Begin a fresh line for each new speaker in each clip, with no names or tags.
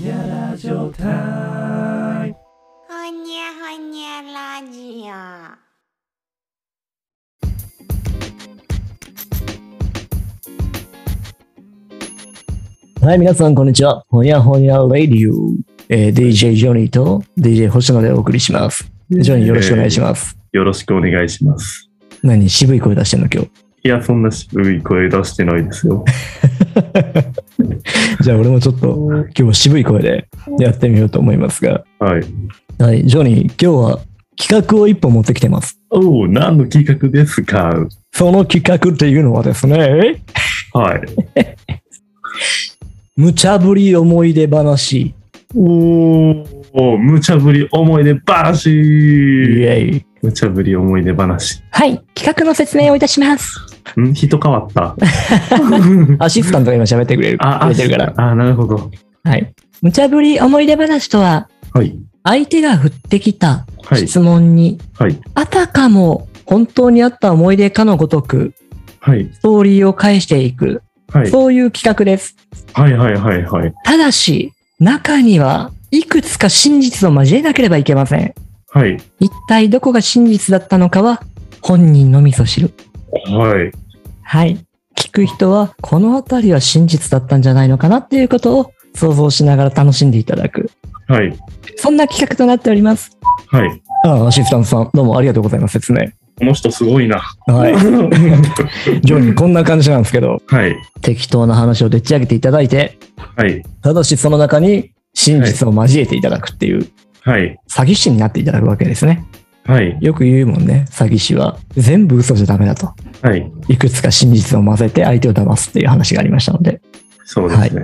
ジオタイム
ほにゃほにゃラジオ。
はい、皆さん、こんにちは。ほにゃほにゃレディオ、えー DJ ジョニーと DJ 星野でお送りします。ジョニー、よろしくお願いします。
よろしくお願いします。
何渋い声出してんの今
いや、そんな渋い声出してないですよ。
日。じゃあ、俺もちょっと、今日は渋い声でやってみようと思いますが。
はい。
はい、ジョニー、今日は企画を一本持ってきてます。
おお、何の企画ですか
その企画っていうのはですね、
はい。
無茶ぶり思い出話。
おお、無茶ぶり思い出
イ
話
ェイ。
無茶ぶり思い出話。
はい、企画の説明をいたします。
ん人変わ った。
アシスタントが今喋ってくれる。くれてるから。
あ、なるほど。
はい。無茶ぶり思い出話とは、
はい。
相手が振ってきた
はい。
質問に、
はい。
あたかも本当にあった思い出かのごとく、
はい。
ストーリーを返していく、
はい。
そういう企画です。
はい。はい。はい。はい。
ただし、中には、いくつか真実を交えなければいけません。
はい。
一体どこが真実だったのかは、本人のみぞ知る。
はい。
はい。聞く人は、このあたりは真実だったんじゃないのかなっていうことを想像しながら楽しんでいただく。
はい。
そんな企画となっております。
はい。
ああ、アシスタントさん、どうもありがとうございます、説明。
この人すごいな。
はい。ジョニー、こんな感じなんですけど。
はい。
適当な話をでっち上げていただいて、
はい。
ただしその中に真実を交えていただくっていう、
はい。
詐欺師になっていただくわけですね。
はい。
よく言うもんね、詐欺師は。全部嘘じゃダメだと。
はい。
いくつか真実を混ぜて相手を騙すっていう話がありましたので。
そうですね。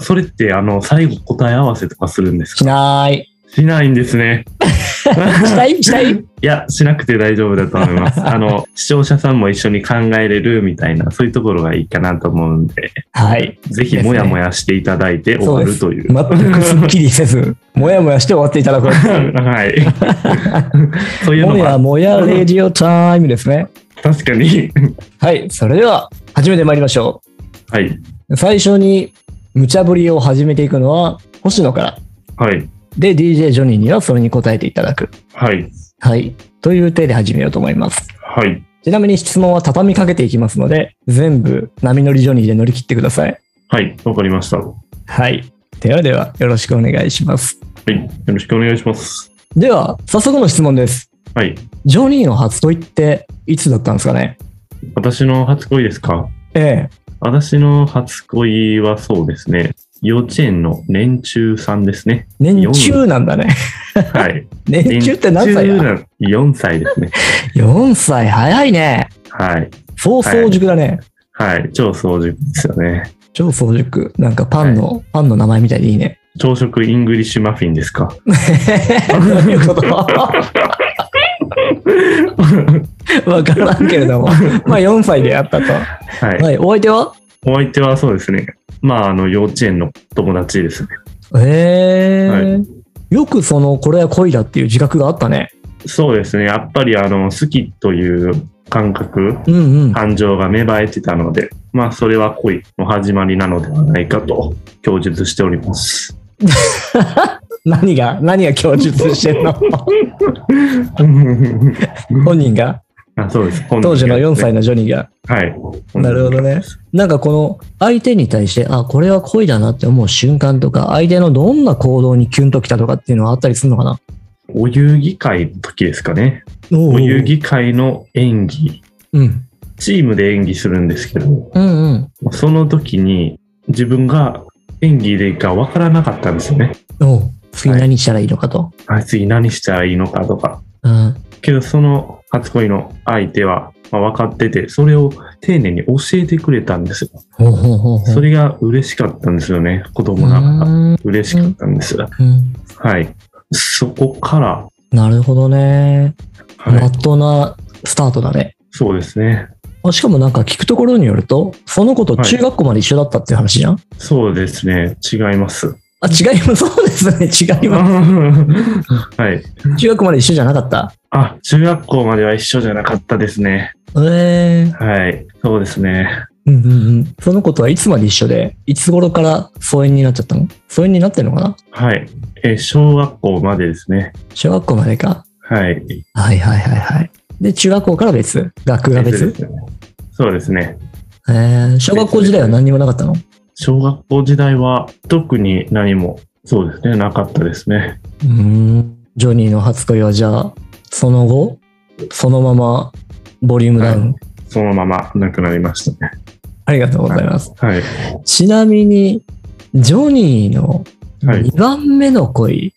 それって、あの、最後答え合わせとかするんです
し
か
なー い。
しないんですね。
したいしたい
いや、しなくて大丈夫だと思います。 あの、視聴者さんも一緒に考えれるみたいな、そういうところがいいかなと思うんで、
はい。
ぜひ、
ですね
もやもやしていただいて終わるという。
全く すっきりせず、もやもやして終わっていただく。
はい。そういう
も
の
や
が、
もやレディオタイムですね。
確かに。
はい。それでは、始めてまいりましょ
はい。
う。最初に、無茶ぶりを始めていくのは、星野から。
はい。
で、DJ ジョニーにはそれに答えていただく。
はい。
はい。という手で始めようと思います。
はい。
ちなみに質問は畳みかけていきますので、全部波乗りジョニーで乗り切ってください。
はい。わかりました。は
はい。ではでは、よろしくお願いします。
い。よろしくお願いします。
では、早速の質問です。
はい。
ジョニーの初恋って、いつだったんですかね
私の初恋ですか
ええ。
私の初恋はそうですね。幼稚園の年中さんです ね。
年中なんだね。
はい。
年中って何歳
年
だ
中なん4歳ですね。
?4 歳、早いね。
はい。
そう早熟だね。
はい。超早熟ですよね。
超早熟。なんかパンの、パンの名前みたいでいいね。
朝食イングリッシュマフィンですか
どういうこと わからんけれども。まあ4歳であったと。は
はい。
い。お相手は
お相手はそうですね。まあ、あの、幼稚園の友達ですね。
へえ、よくその、これは恋だっていう自覚があったね。
そうですね。やっぱり、あの、好きという感覚、
うんうん。
感情が芽生えてたので、まあ、それは恋の始まりなのではないかと、供述しております。
何が、何が供述してん の本人が
あそうです。本人
当時の
が
4歳のジョニーが。
はい。
なるほどね。なんかこの相手に対して、あ、これは恋だなって思う瞬間とか、相手のどんな行動にキュンときたとかっていうのはあったりするのかな
お遊戯会の時ですかね。
お
お遊戯会の演技。
うん。
チームで演技するんですけど、
うんうん。
その時に自分が演技でいいか分からなかったんですよね。
おう次何したらいいのかと。
あ次何したらいいのかとか。
うん。
けどその初恋の相手は、まあ分かってて、それを丁寧に教えてくれたんですよ。
ほうほうほうほう。
それが嬉しかったんですよね。子供ながら。
う
嬉しかったんです。
ーん。
はい。そこから、
なるほどね。
はい
まっとうなスタートだね。
そうですね。
あしかもなんか聞くところによると、その子と中学校まで一緒だったっていう話じゃん、
そうですね。違います。
あ、違います。 そうですね。違いま
はい。
す。中学校まで一緒じゃなかった。
あ、中学校までは一緒じゃなかったですね。
ええ
はい。そうですね。
うんうんうん。その子とはいつまで一緒で、いつ頃から疎遠になっちゃったの疎遠になってるのかな
はい。えー小学校までですね。
小学校までか。
はい。
はいはいはいはい。で、中学校から別学が別
ですねそうですね。
えー、小学校時代は何にもなかったの
小学校時代は特に何も、そうですね、なかったですね。
うーん。ジョニーの初恋はじゃあ、その後、そのままボリュームダウン。
はそのままなくなりましたね。
ありがとうございます。
はい。
ちなみに、ジョニーの
はい。
2番目の恋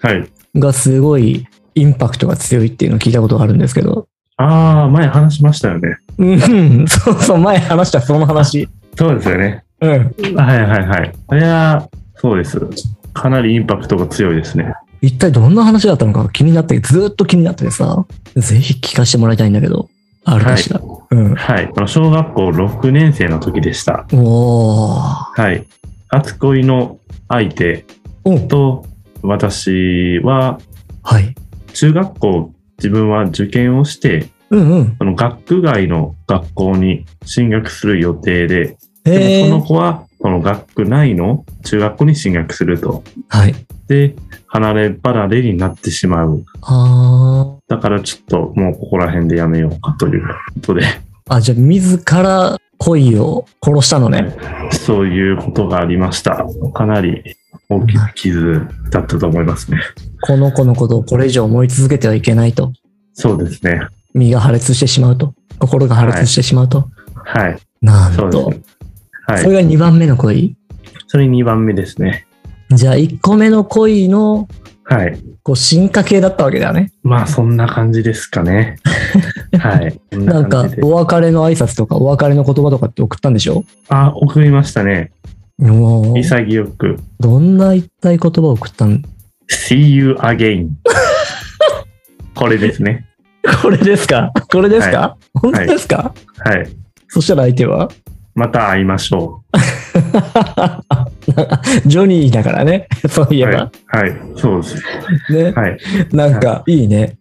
はい。
がすごいインパクトが強いっていうのを聞いたことがあるんですけど。
ああ、前話しましたよね。
うん、そうそう、前話したその話。
そうですよね。
うん。
はいはいはい。あれは、そうです。かなりインパクトが強いですね。
一体どんな話だったのか気になって、ずーっと気になっててさ、ぜひ聞かせてもらいたいんだけど、あるかしら。うん。
はい。あの小学校6年生の時でした。
おー。
はい。初恋の相手
お
と私は、
はい。
中学校、自分は受験をして、
うんうん。
その学区外の学校に進学する予定で、
え
でもその
ー。
子は、この学区内の中学校に進学すると。
はい。
で、離れ離れになってしまう。
あ
だからちょっともうここら辺でやめようかということで、
ー。あ、じゃあ、自ら恋を殺したのね。
そういうことがありました。かなり大きな傷だったと思いますね。
この子のことをこれ以上思い続けてはいけないと。
そうですね。
身が破裂してしまうと。心が破裂してしまうと。
はい。
なん
そう
と。そ,、
ですね。はい。
れが2番目の恋
それ2番目ですね。
じゃあ、1個目の恋の、
はい。
こう、進化系だったわけだね。
まあ、そんな感じです かね。はい。そん
なんか
感じ、で
お別れの挨拶とか、お別れの言葉とかって送ったんでしょ
あ、送りましたね。
もう、
潔く。
どんな一体言葉を送 ったん
See you again. これですね。
これですかこれですか、本当ですか、
はい。
そしたら相手は
また会いましょ。
ジョニーだからね。 そういうえ
はい。
ば。
はい。そうです。
ね。
はい。
なんか、いいね。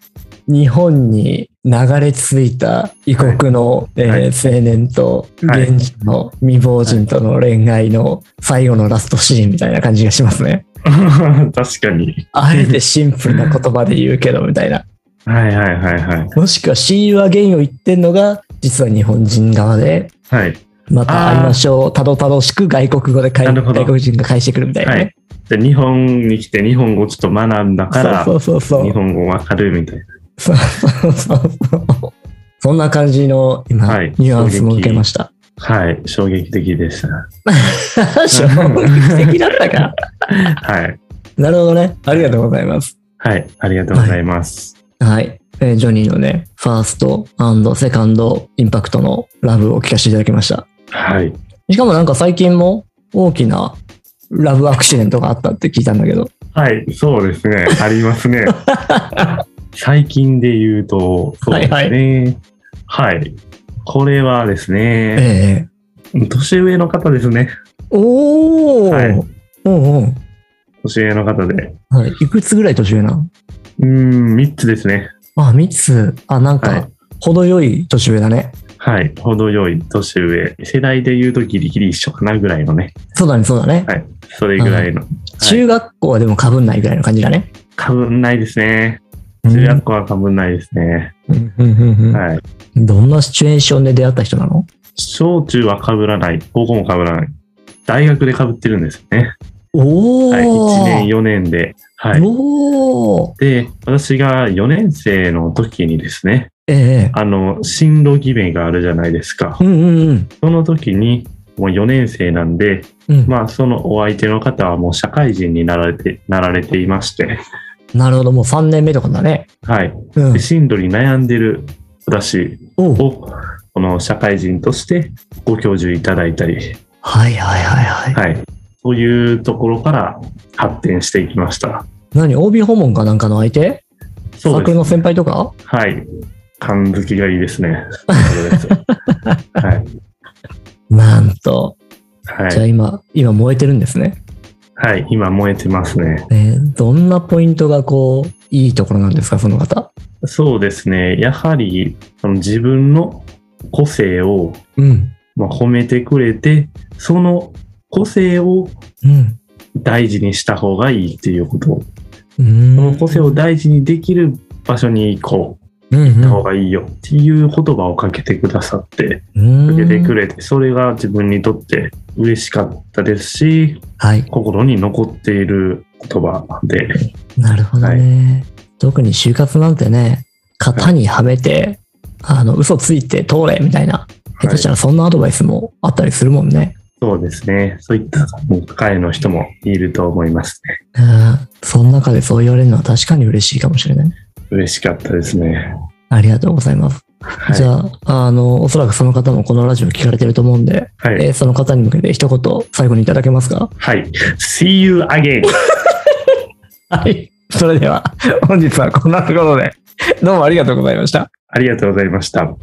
日本に流れ着いた異国の、えー
はい
青年と
はい
現地の未亡人との恋愛の最後のラストシーンみたいな感じがしますね。
確かに。
あえてシンプルな言葉で言うけどみたいな。
はいはいはいはい。
もしくは See you again を言ってんのが実は日本人側で、
はい。
また会いましょう、たどたどしく外国語で返
なるほど
外国人が返してくるみたいな
はい
ね。。
で、日本に来て日本語ちょっと学んだから、
そうそうそうそう
日。本語わかるみたいな。
そうそうそうそう。 そんな感じの今、
はい
ニュアンスも受けました。
はい。衝撃的でした。
衝撃的だったか。
はい。
なるほどね。ありがとうございます。
はい。ありがとうございます。
はい。えージョニーのね、ファーストセカンドインパクトのラブを聞かせていただきました。
はい。
しかもなんか最近も大きなラブアクシデントがあったって聞いたんだけど。
はい、そうですね。ありま すね。最近で言うと、そうですね。はい、これはですね、
ええ
年上の方ですね。
おー、
はい
おうおう
年上の方で。
はい。いくつぐらい年上なの
うーん、3つですね。
あ、3つ。あ、なん
は
か
い、
程よい年上だね。
はい、程よい年上。世代で言うとギリギリ一緒かなぐらいのね。
そうだね、そうだね。
はい、それぐらいの。はい、
中学校はでもかぶんないぐらいの感じだね。
かぶんないですね。中学校はかぶんないですね。
うんうんうんうん
はい。
どんなシチュエーションで出会った人なの
小中はかぶらない。高校もかぶらない。大学でかぶってるんですよね。
おお、
はい、1年、4年で。はい。
おお
で、私が4年生の時にですね、
ええ
あの、進路決めがあるじゃないですか
う。んうんうん
その時に、もう4年生なんで、
うん、
まあ、そのお相手の方はもう社会人になられて、なられていまして、
なるほどもう3年目とかだね、
はい。
うん
で、、進路に悩んでる私
おー
を、この社会人としてご教授いただいたり、
はいはいはいはい、
はい。そういうところから発展していきました。
何 OB 訪問かなんかの相手
そ
サー
う
ク
で
ル
す。
の先輩とか
はい。感づきがいいで すね。そうですはい。
なんと、
はい
じゃ。あ今今燃えてるんですね、
はい、今燃えてますね。
えーどんなポイントがこういいところなんですかその方
そうですね。やはり、その自分の個性を
うん
まあ、褒めてくれて、その個性を
うん。
大事にした方がいいっていうこと。
う
そ
ん
の個性を大事にできる場所に行こう、
うん
行った方がいいよっていう言葉をかけてくださって、
うん
かけてくれて、それが自分にとって嬉しかったですし、
はい。
心に残っている言葉で、
なるほどね。特に就活なんてね、型にはめて、あの、嘘ついて通れみたいな。下手したらそんなアドバイスもあったりするもんね。
そうですね。そういった会の人もいると思いますね。
うん。その中でそう言われるのは確かに嬉しいかもしれない。
嬉しかったですね。
ありがとうございます。
はい
じゃあ、あの、おそらくその方もこのラジオ聞かれてると思うんで、
はい。
えーその方に向けて一言最後にいただけますか
はい。See you again!
はい。それでは、本日はこんなところで、どうもありがとうございました。
ありがとうございました。